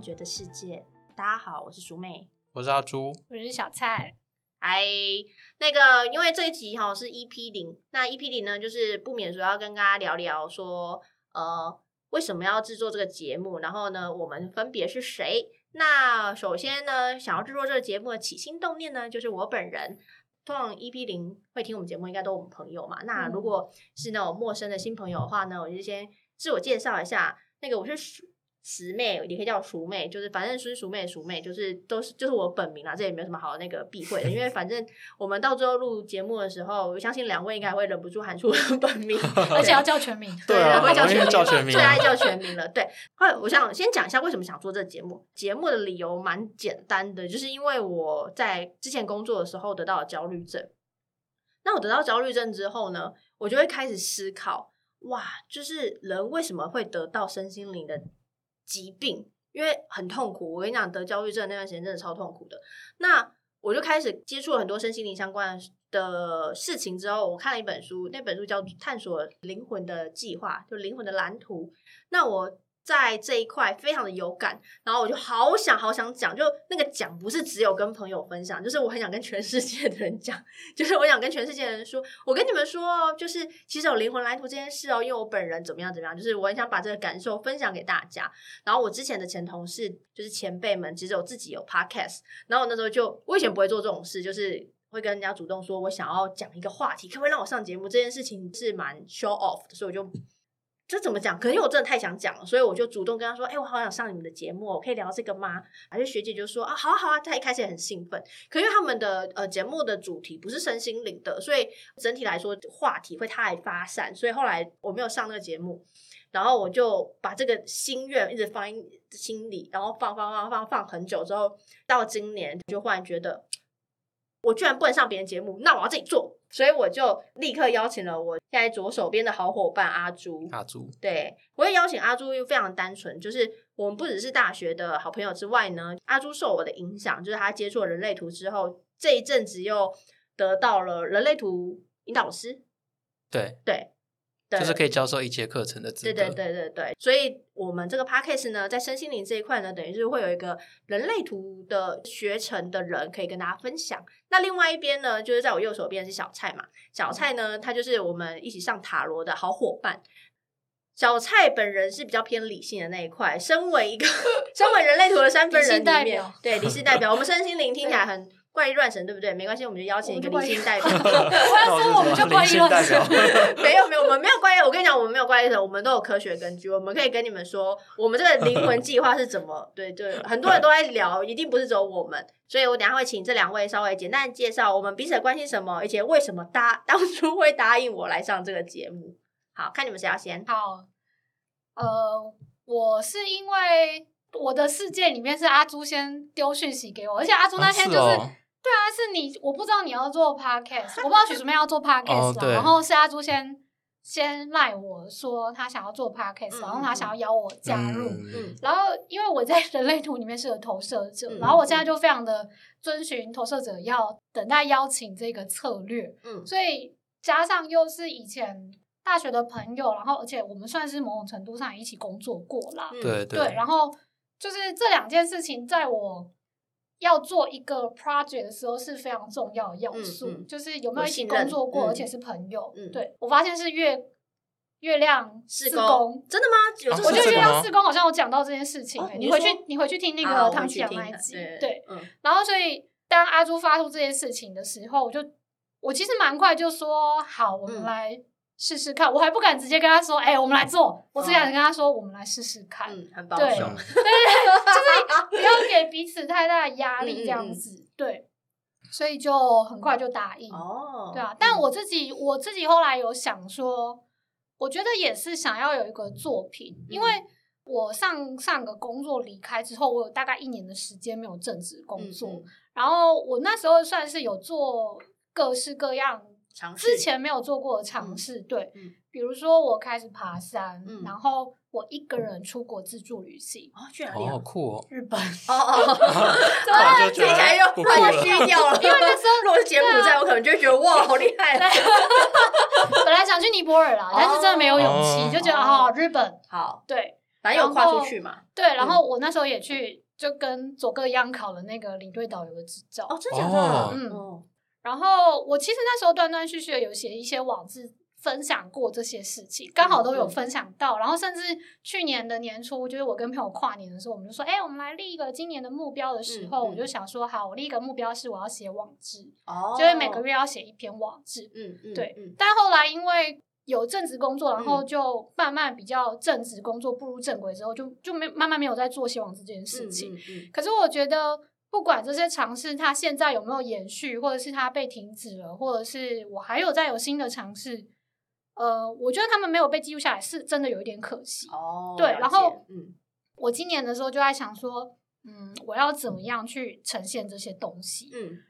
觉的世界。大家好，我是淑妹。我是阿朱，我是小蔡，哎，那个，因为这一集哈、是 EP 零，那 EP 零呢，就是不免说要跟大家聊聊说，呃，为什么要制作这个节目，然后呢，我们分别是谁？那首先呢，想要制作这个节目的起心动念呢，就是我本人。通常 EP 零会听我们节目，应该都我们朋友嘛。那如果是那种陌生的新朋友的话呢，我就先自我介绍一下。那个我是淑十妹，也可以叫我熟妹，就是反正孙熟妹、熟妹，就是都是就是我本名啦，这也没有什么好那个避讳的，因为反正我们到最后录节目的时候，我相信两位应该会忍不住喊出我的本名，而且要叫全 名。对啊然后很叫容易全叫名全了，名最啊爱叫全名了。对，后来我想先讲一下为什么想做这节目。节目的理由蛮简单的，就是因为我在之前工作的时候得到了焦虑症。那我得到焦虑症之后呢，我就会开始思考，哇，就是人为什么会得到身心灵的疾病？因为很痛苦，我跟你讲，得焦虑症那段时间真的超痛苦的。那我就开始接触了很多身心灵相关的事情之后，我看了一本书，那本书叫《探索灵魂的计划》，就灵魂的蓝图。那我在这一块非常的有感，然后我就好想好想讲，就那个讲不是只有跟朋友分享，就是我很想跟全世界的人讲，就是我想跟全世界的人说，我跟你们说哦，就是其实有灵魂蓝图这件事哦，因为我本人怎么样怎么样，就是我很想把这个感受分享给大家。然后我之前的前同事就是前辈们，其实有自己有 podcast，然后我那时候就我以前不会做这种事，就是会跟人家主动说我想要讲一个话题，可不可以让我上节目？这件事情是蛮 show off 的，所以我就这怎么讲？可能因为我真的太想讲了，所以我就主动跟他说：“哎、我好想上你们的节目哦，我可以聊这个吗？”还是学姐就说：“啊，好啊好啊！”她一开始也很兴奋，可因为他们的呃节目的主题不是身心灵的，所以整体来说话题会太发散，所以后来我没有上那个节目。然后我就把这个心愿一直放心里，然后放放放放放很久之后，到今年就忽然觉得，我居然不能上别人节目，那我要自己做，所以我就立刻邀请了我现在左手边的好伙伴阿朱。阿朱，对，我也邀请阿朱，又非常单纯，就是我们不只是大学的好朋友之外呢，阿朱受我的影响，就是他接触了人类图之后，这一阵子又得到了人类图引导师，对，对，对就是可以教授一节课程的资对格。对对对对，所以我们这个 podcast 呢，在身心灵这一块呢，等于是会有一个人类图的学程的人可以跟大家分享。那另外一边呢，就是在我右手边是小蔡嘛，小蔡呢，他就是我们一起上塔罗的好伙伴。小蔡本人是比较偏理性的那一块，身为一个 身为人类图的三分人理性代里面表，对理性代表，我们身心灵听起来很怪力乱神，对不对？没关系，我们就邀请一个我们理就性代表。 我要说我们就怪异乱神 那我是什么灵性代 没有没有，我们没有怪异。我跟你讲，我们没有怪异的，我们都有科学根据。我们可以跟你们说，我们这个灵魂计划是怎么对对，很多人都在聊，一定不是只有我们。所以我等一下会请这两位稍微简单地介绍我们彼此的关系是什么，而且为什么答当初会答应我来上这个节目。好看你们谁要先？好，呃，我是因为我的世界里面是阿朱先丢讯息给我，而且阿朱那天就是。啊是哦对啊，是你，我不知道你要做 podcast，我不知道许淑 妹要做 podcast，、啊哦对然后是阿朱先先赖我说他想要做 podcast，、嗯然后他想要邀我加入，嗯嗯然后因为我在人类图里面是个投射者，嗯然后我现在就非常的遵循投射者要等待邀请这个策略，嗯所以加上又是以前大学的朋友，然后而且我们算是某种程度上也一起工作过啦，嗯对对，然后就是这两件事情，在我要做一个 project 的时候是非常重要的要素，嗯嗯就是有没有一起有信任工作过，嗯而且是朋友。嗯对我发现是月月亮是宫。真的吗？有啊这哦我个觉是这得月个吗亮四宫好像有讲到这件事情、哦欸你你回说去你回去听那啊个我唐会琪去讲听那一的集，对对，嗯然后所以当阿朱发出这件事情的时候，我就我其实蛮快就说好，我嗯们来试试看，我还不敢直接跟他说，哎、我们来做，我只敢跟他说，我们来试试看，哦嗯，很保对啊守。嗯 不要给彼此太大的压力，这嗯样子，对，所以就很快就答应，哦，对啊，但我自己我自己后来有想说，我觉得也是想要有一个作品，因为嗯我上上个工作离开之后，我有大概一年的时间没有正职工作，嗯嗯然后我那时候算是有做各式各样尝试之前没有做过的尝试，对，嗯比如说我开始爬山，嗯然后我一个人出国自助旅行， ！哦，去哪里哦，啊？好酷哦日本，哦哦， 突然 就听觉起来得又不酷快了，虚掉了。因为那时 如果是柬埔寨，我可能就觉得哇，好厉害。 候本来想去尼泊尔啦，但是真的没有勇哦气，就觉得哦哦，日本。好，对，反正有跨出去嘛。对，然后我那时候也去，就跟左哥一样考了那个领队导游的执照。哦，真的假的？哦嗯嗯哦，然后我其实那时候断断续续地有写一些网志分享过这些事情，刚嗯好都有分享到。然后甚至去年的年初，就是我跟朋友跨年的时候，我们就说：“哎、我们来立一个今年的目标。”的时候，嗯嗯我就想说：“好，我立一个目标是我要写网志，哦就是每个，月要写一篇网志。嗯嗯，对嗯，但后来因为有正职工作，然后嗯就慢慢比较正职工作步入正轨之后，就就没慢慢没有在做写网志这件事情。嗯嗯可是我觉得，不管这些尝试它现在有没有延续，或者是它被停止了，或者是我还有再有新的尝试，呃，我觉得他们没有被记录下来，是真的有一点可惜。嗯哦，对了解然后嗯我今年的时候就在想说，嗯，我要怎么样去呈现这些东西？嗯，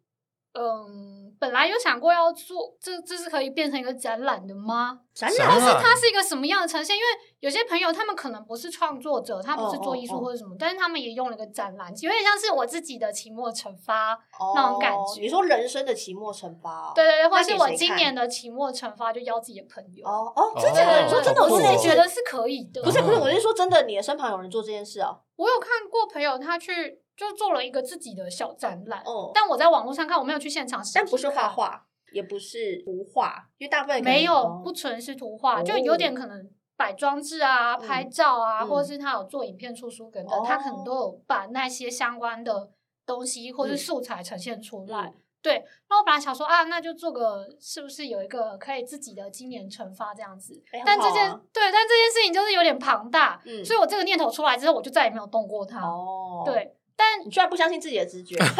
嗯，本来有想过要做，这这是可以变成一个展览的吗？展览展但是览它是一个什么样的呈现？因为有些朋友他们可能不是创作者，他不是做艺哦哦术哦或者什么，但是他们也用了一个展览，有点像是我自己的期末惩罚，那种感哦觉你说人生的期末惩罚哦，对对对，或那是给我谁今看年的期末惩罚就邀自己的朋友。哦哦，真的对有对你对，说真的，好我酷自己哦觉觉得得是是可以的。不是不是，哦我是说真的，你的身旁有人做这件事哦，我有看过朋友他去就做了一个自己的小展览，哦，但我在网络上看，我没有去现场实体看，但不是画画，也不是图画，因为大部分可能没有哦，不纯是图画，哦就有点可能摆装置啊、拍照啊，嗯或者是他有做影片出书等哦等，他可能都有把那些相关的东西或是素材呈现出来。嗯对，那我本来想说啊，那就做个是不是有一个可以自己的今年惩罚这样子？哎很但这件、好啊对，但这件事情就是有点庞大，嗯所以我这个念头出来之后，我就再也没有动过它。哦，，对，但你居然不相信自己的直觉，这是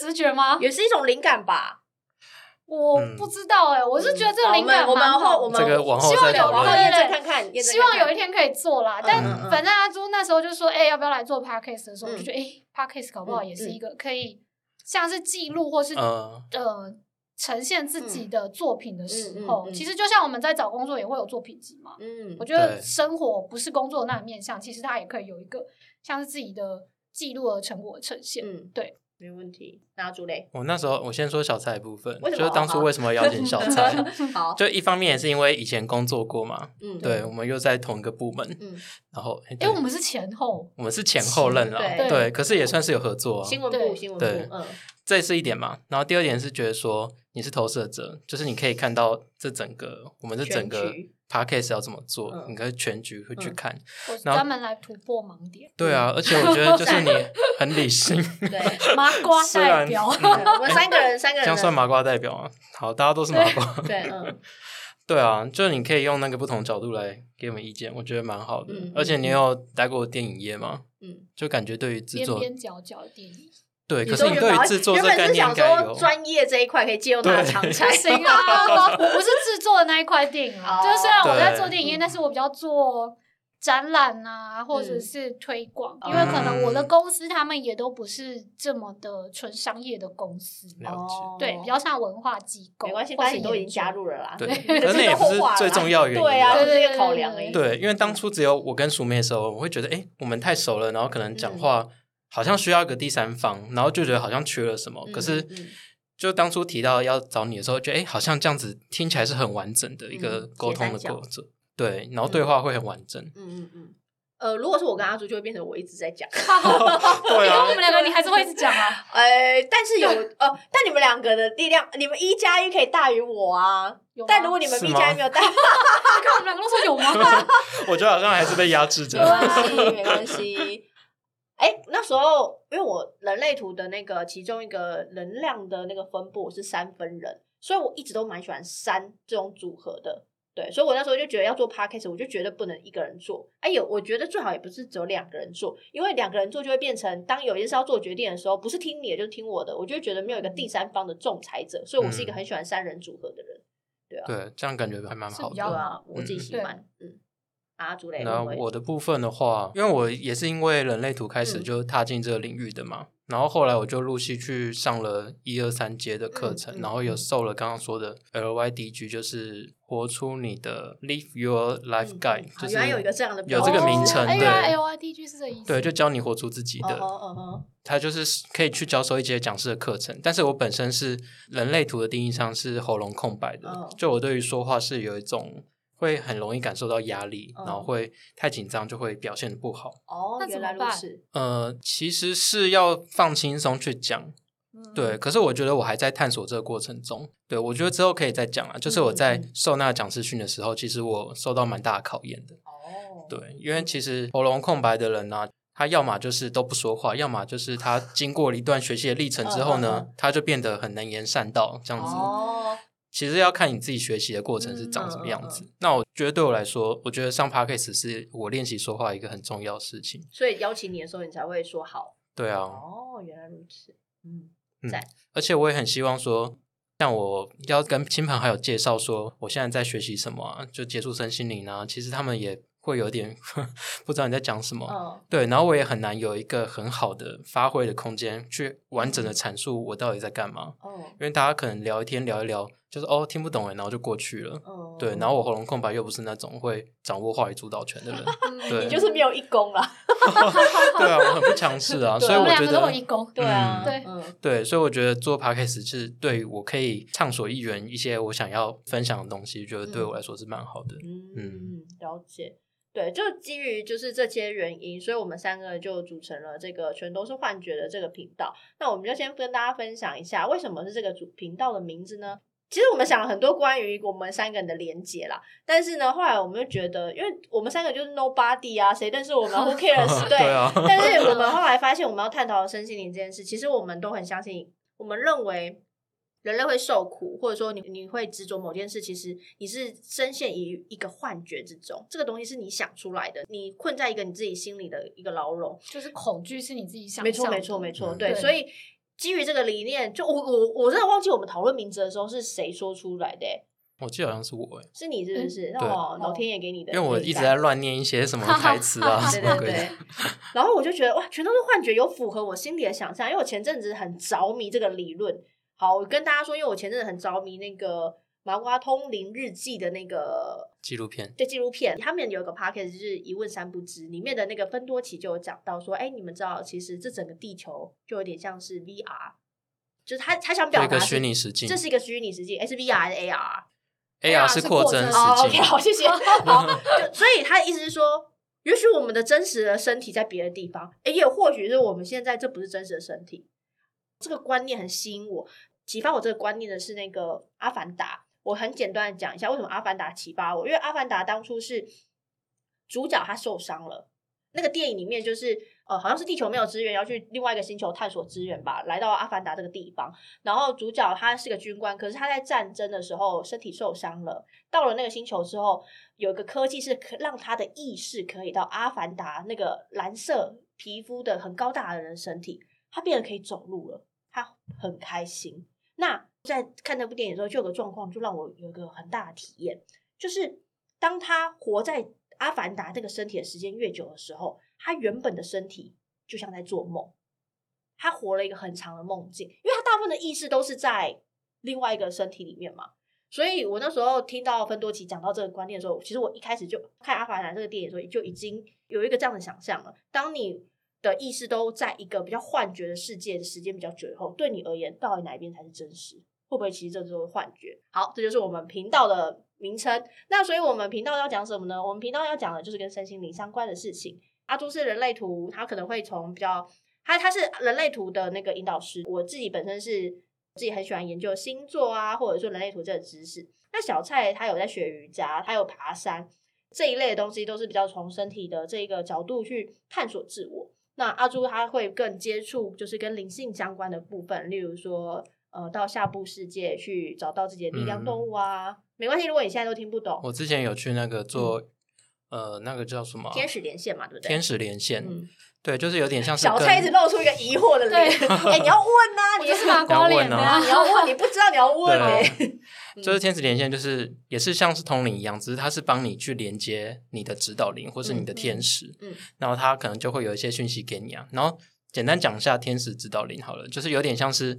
直觉吗？也是一种灵感吧？嗯我嗯不知道哎、我是觉得这个灵感好我们蛮我们好后我们这个往后希望再有讨往后论。验证看看，验证希望看看有一天可以做啦嗯。但嗯嗯反正阿朱那时候就说：“哎、要不要来做 podcast 的时候，我嗯就觉得哎、podcast 搞不好嗯也是一个可以像是记录或是、嗯，呃呈现自己的作品的时嗯候。嗯嗯嗯其实就像我们在找工作也会有作品集嘛。嗯我觉得对生活不是工作的那个面向，其实它也可以有一个像是自己的记录的成果的呈现。嗯对，没问题。然后朱雷，我那时候我先说小蔡的部分，为什就么是当初为什么邀请小蔡， 好，就一方面也是因为以前工作过嘛，嗯对，我们又在同一个部门，嗯，然后哎因对为我们是前后，我们是前后任啦，对对，可是也算是有合作啊，新闻部对新闻对部，嗯这是一点嘛。然后第二点是觉得说你是投射者，就是你可以看到这整个我们这整全个局 podcast 要怎么做，嗯你可以全局会去嗯看。我然后专门来突破盲点，对啊，而且我觉 得就是你很理性， 对。麻瓜 虽然代表。 对啊我们三个人，三个这人样的算麻瓜代表啊。好，大家都是麻瓜。对，嗯对啊，就是你可以用那个不同角度来给我们意见，我觉得蛮好的。嗯而且你有待过电影业吗？嗯。就感觉对于制边作，边角角的电影， 对，你可说是原你对本于制作原这本概是念想应该说有。专业这一块可以借用他的对 长才不，行啊，我不是制作的那一块电影啊，哦就是虽然我在做对电影业，嗯但是我比较做展览啊，或者是推广，嗯因为可能我的公司他们也都不是这么的纯商业的公司，了解哦对，比较像文化机构，没关系，或反是正你都已经研究加，入了啦。对这可是那也都不后是话啦最重要的原因对啊，吧这是一个对考对量而对已。对，因为当初只有我跟淑妹的时候，我会觉得，哎、我们太熟了，然后可能讲话好像需要一个第三方，然后就觉得好像缺了什么。嗯可是嗯嗯，就当初提到要找你的时候，觉得哎、诶好像这样子听起来是很完整的一个嗯沟通的铁三角过程，对，然后对话会很完整。 嗯嗯嗯。呃，如果是我跟阿朱，就会变成我一直在讲。 对因为 啊我，们两个你还是会一直讲啊，呃，但是 有呃，但你们两个的力量，你们一加一可以大于我啊。有吗但如果你们是 B 吗加一没有大，你看我们两个都说有吗？我觉得好像还是被压制没关着。系，没关系。哎，那时候因为我人类图的那个其中一个能量的那个分布是三分人，所以我一直都蛮喜欢三这种组合的。对，所以我那时候就觉得要做 podcast，我就觉得不能一个人做。哎，有，我觉得最好也不是只有两个人做，因为两个人做就会变成，当有一些事要做决定的时候，不是听你的就是听我的，我就会觉得没有一个第三方的仲裁者，所以我是一个很喜欢三人组合的人。对，这样感觉还蛮是好比的较。对啊，我自己喜嗯欢。嗯，啊，竹磊，然后会不会我的部分的话，因为我也是因为人类图开始嗯就踏进这个领域的嘛，然后后来我就陆续去上了一二三阶的课程，嗯嗯然后有受了刚刚说的 LYDG，就是活出你的 Live Your Life Guide，、嗯嗯就好是原来有一个这样的有这个名称，哦哎原来对 L Y D G 是这意思，对，就教你活出自己的。嗯哼嗯哼它就是可以去教授一节讲师的课程，但是我本身是人类图的定义上是喉咙空白的哦就我对于说话是有一种会很容易感受到压力，嗯然后会太紧张就会表现的不好。哦那，原怎来么如办此。呃，其实是要放轻松去讲，嗯对。可是我觉得我还在探索这个过程中，对我觉得之后可以再讲啊。就是嗯我在嗯嗯受那个讲师训的时候，其实我受到蛮大的考验的。哦，对，因为其实喉咙空白的人呢、他要么就是都不说话，要么就 是他经过了一段学习的历程之后嗯嗯呢，他就变得很能言善道这样子。哦，嗯其实要看你自己学习的过程是长什么样子。那我觉得对我来说，我觉得上 podcast 是我练习说话一个很重要的事情。所以邀请你的时候，你才会说好。对啊，哦，原来如此。嗯，而且我也很希望说，像我要跟亲朋好友介绍说，我现在在学习什么、啊，就接触身心灵啊，其实他们也会有点 不知道你在讲什么。哦嗯，对，然后我也很难有一个很好的发挥的空间，去完嗯整的阐述我到底在干嘛。哦，因为大家可能聊一天聊一聊，就是哦听不懂哎，然后就过去了。嗯，对，哦然后我喉咙空白又不是那种会掌握话语主导权 的人，对你就是没有一公啦。对啊，我很不强势 啊，所以我我们两觉个都有一得，公，对啊，嗯对嗯，对，所以我觉得做 podcast 是对我可以畅所欲言一些我想要分享的东西，觉得对我来说是蛮 好的。嗯，了解。对，就基于就是这些原因，所以我们三个就组成了这个全都是幻觉的这个频道。那我们就先跟大家分享一下，为什么是这个主频道的名字呢？其实我们想了很多关于我们三个人的连接啦，但是呢，后来我们就觉得，因为我们三个就是 nobody 啊，谁认识我们？Who cares？对对啊， 但是我们后来发现，我们要探讨的身心灵这件事，其实我们都很相信，我们认为人类会受苦，或者说你你会执着某件事，其实你是深陷于一个幻觉之中，这个东西是你想出来的，你困在一个你自己心里的一个牢笼。就是恐惧是你自己想象没错，的没错，没错，对，对所以。基于这个理念，就我我我真的忘记我们讨论名字的时候是谁说出来的、欸我记得好像是我哎，是你是不是？对哦，老天爷给你的因灵为感，我一直在乱念一些什么台词啊 对什么对鬼的对，。然后我就觉得哇，全都是幻觉，有符合我心里的想象。因为我前阵子很着迷这个理论。好，我跟大家说，因为我前阵子很着迷那个《麻瓜通灵日记》的那个纪录片。这纪录片，他们有一个 podcast 就是一问三不知，里面的那个芬多奇就有讲到说，哎，你们知道，其实这整个地球就有点像是 VR，就是他他想有表一达个是虚拟实境这是一个虚拟实境，哎，是 VR 还是 AR？ ，AR 是是扩扩增增实哦实，OK，境，好，谢谢。好，就所以他的意思是说，也许我们的真实的身体在别的地方，诶也或许是我们现在这不是真实的身体。这个观念很吸引我，启发我这个观念的是那个《阿凡达》。我很简单的讲一下为什么《阿凡达》启发我，因为《阿凡达》当初是主角他受伤了，那个电影里面就是呃，好像是地球没有资源，要去另外一个星球探索资源吧，来到阿凡达这个地方。然后主角他是个军官，可是他在战争的时候身体受伤了，到了那个星球之后，有一个科技是可让他的意识可以到阿凡达那个蓝色皮肤的很高大的人身体，他变得可以走路了，他很开心。那在看那部电影的时候，就有个状况，就让我有一个很大的体验，就是当他活在阿凡达这个身体的时间越久的时候，他原本的身体就像在做梦，他活了一个很长的梦境，因为他大部分的意识都是在另外一个身体里面嘛。所以我那时候听到芬多奇讲到这个观念的时候，其实我一开始就看《阿凡达》这个电影的时候，就已经有一个这样的想象了。当你的意识都在一个比较幻觉的世界的时间比较久以后，对你而言，到底哪一边才是真实？会不会其实这就是幻觉？好，这就是我们频道的名称。那所以我们频道要讲什么呢？我们频道要讲的就是跟身心灵相关的事情。阿啊朱是人类图，他可能会从比较他他是人类图的那个引导师，我自己本身是自己很喜欢研究星座啊，或者说人类图这个知识。那小蔡他有在学瑜伽，他有爬山这一类的东西，都是比较从身体的这个角度去探索自我。那阿朱他会更接触就是跟灵性相关的部分，例如说呃到下部世界去找到自己的力量嗯动物啊，没关系，如果你现在都听不懂，我之前有去那个做，呃，那个叫什么啊嗯天使连线嘛，对不对？天使连线，嗯，对，就是有点像是小跟蔡一直露出一个疑惑的脸，哎、你要问呐、 我你就是麻瓜脸的啊，你要问，你不知道你要问哎、对啊嗯就是天使连线，就是也是像是通灵一样，只是它是帮你去连接你的指导灵或是你的天使，嗯嗯嗯然后它可能就会有一些讯息给你啊。然后简单讲一下天使指导灵好了，就是有点像是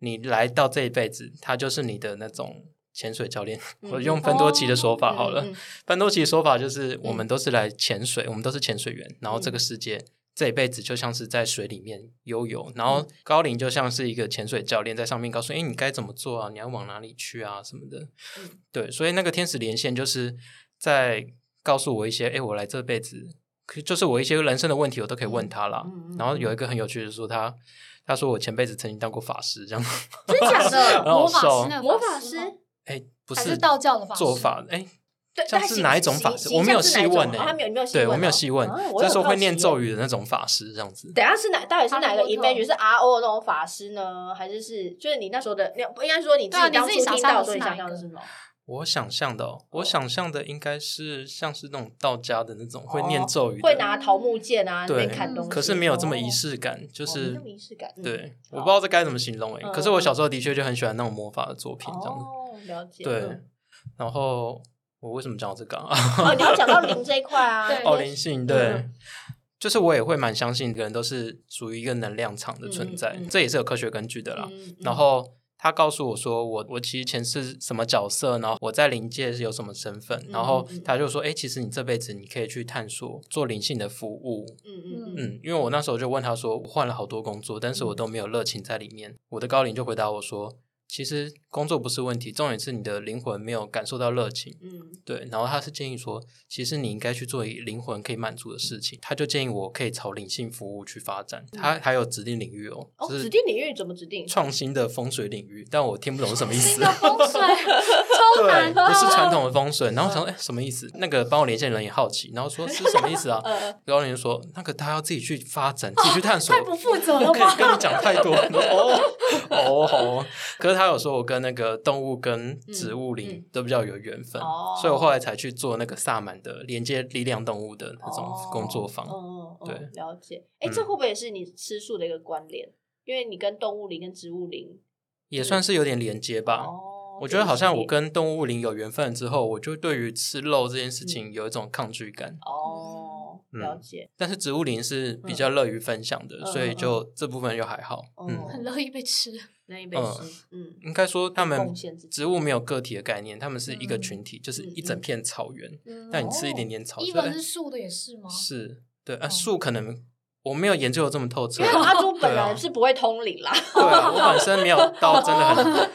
你来到这一辈子，它就是你的那种潜水教练。嗯 我用芬多奇的说法好了，嗯嗯芬多奇的说法就是我嗯们都是来潜水，我们都是潜水员，然后这个世界。这一辈子就像是在水里面悠嗯游，然后高龄就像是一个潜水教练在上面告诉你，哎，你该怎么做啊？你要往哪里去啊？什么的。嗯对，所以那个天使连线就是在告诉我一些，哎，我来这辈子，可就是我一些人生的问题，我都可以问他啦。嗯嗯嗯然后有一个很有趣的是说他，他说我前辈子曾经当过法师，这样， 真假的？然后魔我法瘦师那个魔法师吗哎，不还是道教的法师做法，哎，对，像但是形哪一种形法师？形我没有象是细哪一种问啊呢、他没有你没有细对问我没有哦细问啊，这时候会念。我有好咒奇耶语的那种法师这样子。等一下是哪？到底是哪个哈利波特 image 是 R O 那种法师呢？还是是就是你那时候的？你应该说你自对啊己你当自初己想听象到的说是你想哪一象的个是什么？我想象的、哦，我想象的应该是像是那种道家的那种会念哦咒语的，会拿桃木剑啊，那对边砍东西。可是没有这么仪哦，式感，就哦没是那么仪式感。嗯对，我好不知道这该怎么形容哎、嗯可是我小时候的确就很喜欢那种魔法的作品，这样子。哦，了解。对嗯，然后我为什么讲到这个啊？ 哦，你要讲到零这一块啊，对哦，灵性对。嗯就是我也会蛮相信，人都是属于一个能量场的存在，嗯嗯嗯这也是有科学根据的啦。嗯然后他告诉我说我我其实前世什么角色，然后我在灵界是有什么身份，嗯然后嗯嗯他就说，哎、其实你这辈子你可以去探索做灵性的服务。嗯嗯嗯嗯，因为我那时候就问他说，我换了好多工作，但是我都没有热情在里面。我的高龄就回答我说，其实工作不是问题，重点是你的灵魂没有感受到热情。嗯对，然后他是建议说，其实你应该去做以灵魂可以满足的事情。他就建议我可以朝灵性服务去发展，他还有指定领域哦，嗯哦，就指是定领域怎么指定？创新的风水领域，但我听不懂是什么意是一 思个。风水，超对，难 的，不是传统的风水。然后我想说，哎，什么意思？那个帮我连线的人也好奇，然后说是什么意 思啊？呃，然后人就说，那个他要自己去发展，自己去探索。太不负责了哦我可以吧？跟你讲太多哦哦好哦，可是他有说我跟那个动物跟植物灵嗯都比较有缘分，哦所以我后来才去做那个萨满的连接力量动物的那种工作 坊。哦嗯嗯嗯对了解。哎，这嗯会不会也是你吃素的一个关联？因为你跟动物灵跟植物灵也算是有点连接吧。哦，啊我觉得好像我这一系列跟动物灵有缘分之后，我就对于吃肉这嗯件事情有一种抗拒感。哦，嗯了解。但是植物灵是比较乐于分享的，嗯所以就这部分又还好。哦嗯，很乐意被吃，那一杯嗯是嗯，应该说他们贡献自己植物没有个体的概念，他们是一个嗯群体，就是嗯哦一整片草原。嗯但你吃一点点草，一就文哎是素的也是吗？是对啊，哦树可能我没有研究的这么透彻因为，阿朱本对啊来是不会通灵啦，对啊，我本身 没有到真的很，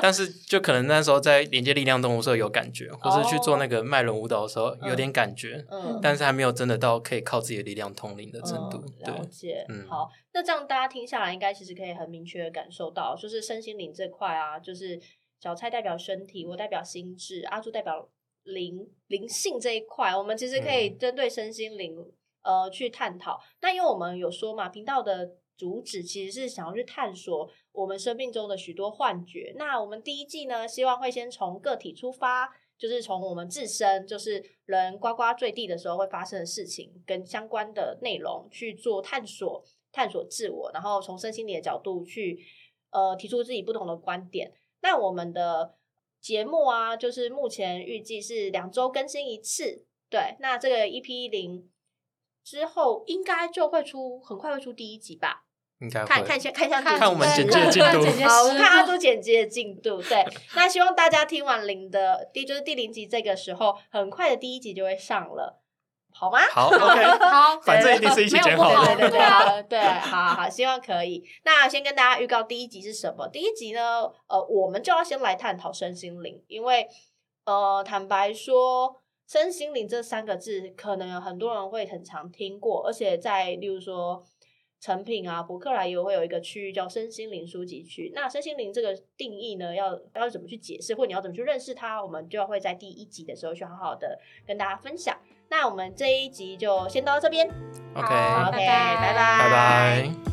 但是就可能那时候在连接力量动物时候有感觉，或是去哦做那个脉轮舞蹈的时候有点感觉，嗯，但是还没有真的到可以靠自己的力量通灵的程度嗯，了对。解，嗯好，那这样大家听下来，应该其实可以很明确的感受到，就是身心灵这块啊，就是小蔡代表身体，我代表心智，阿朱代表灵灵性这一块，我们其实可以嗯针对身心灵、呃去探讨。那因为我们有说嘛，频道的。主旨其实是想要去探索我们生命中的许多幻觉。那我们第一季呢，希望会先从个体出发，就是从我们自身，就是人呱呱坠地的时候会发生的事情跟相关的内容去做探索，探索自我，然后从身心灵的角度去呃提出自己不同的观点。那我们的节目啊，就是目前预计是两周更新一次，对。那这个 EP 零之后应该就会出，很快会出第一集吧。应该看看会一。下看一下看看我们对简介的看进度简介好，我时们看阿朱简介的进度。对，那希望大家听完零的第就是第零集这个时候，很快的第一集就会上了， 好吗？好，OK，好，反正一定是一起剪好对的。对对啊，对，好好好，希望可以。那先跟大家预告第一集是什么？第一集呢，呃，我们就要先来探讨身心灵，因为呃，坦白说，身心灵这三个字，可能有很多人会很常听过，而且在例如说。成品啊，博客来也会有一个区域叫身心灵书籍区。那身心灵这个定义呢，要要怎么去解释，或你要怎么去认识它，我们就会在第一集的时候去好好的跟大家分享。那我们这一集就先到这边。 OK，好好拜，OK，拜拜拜拜拜。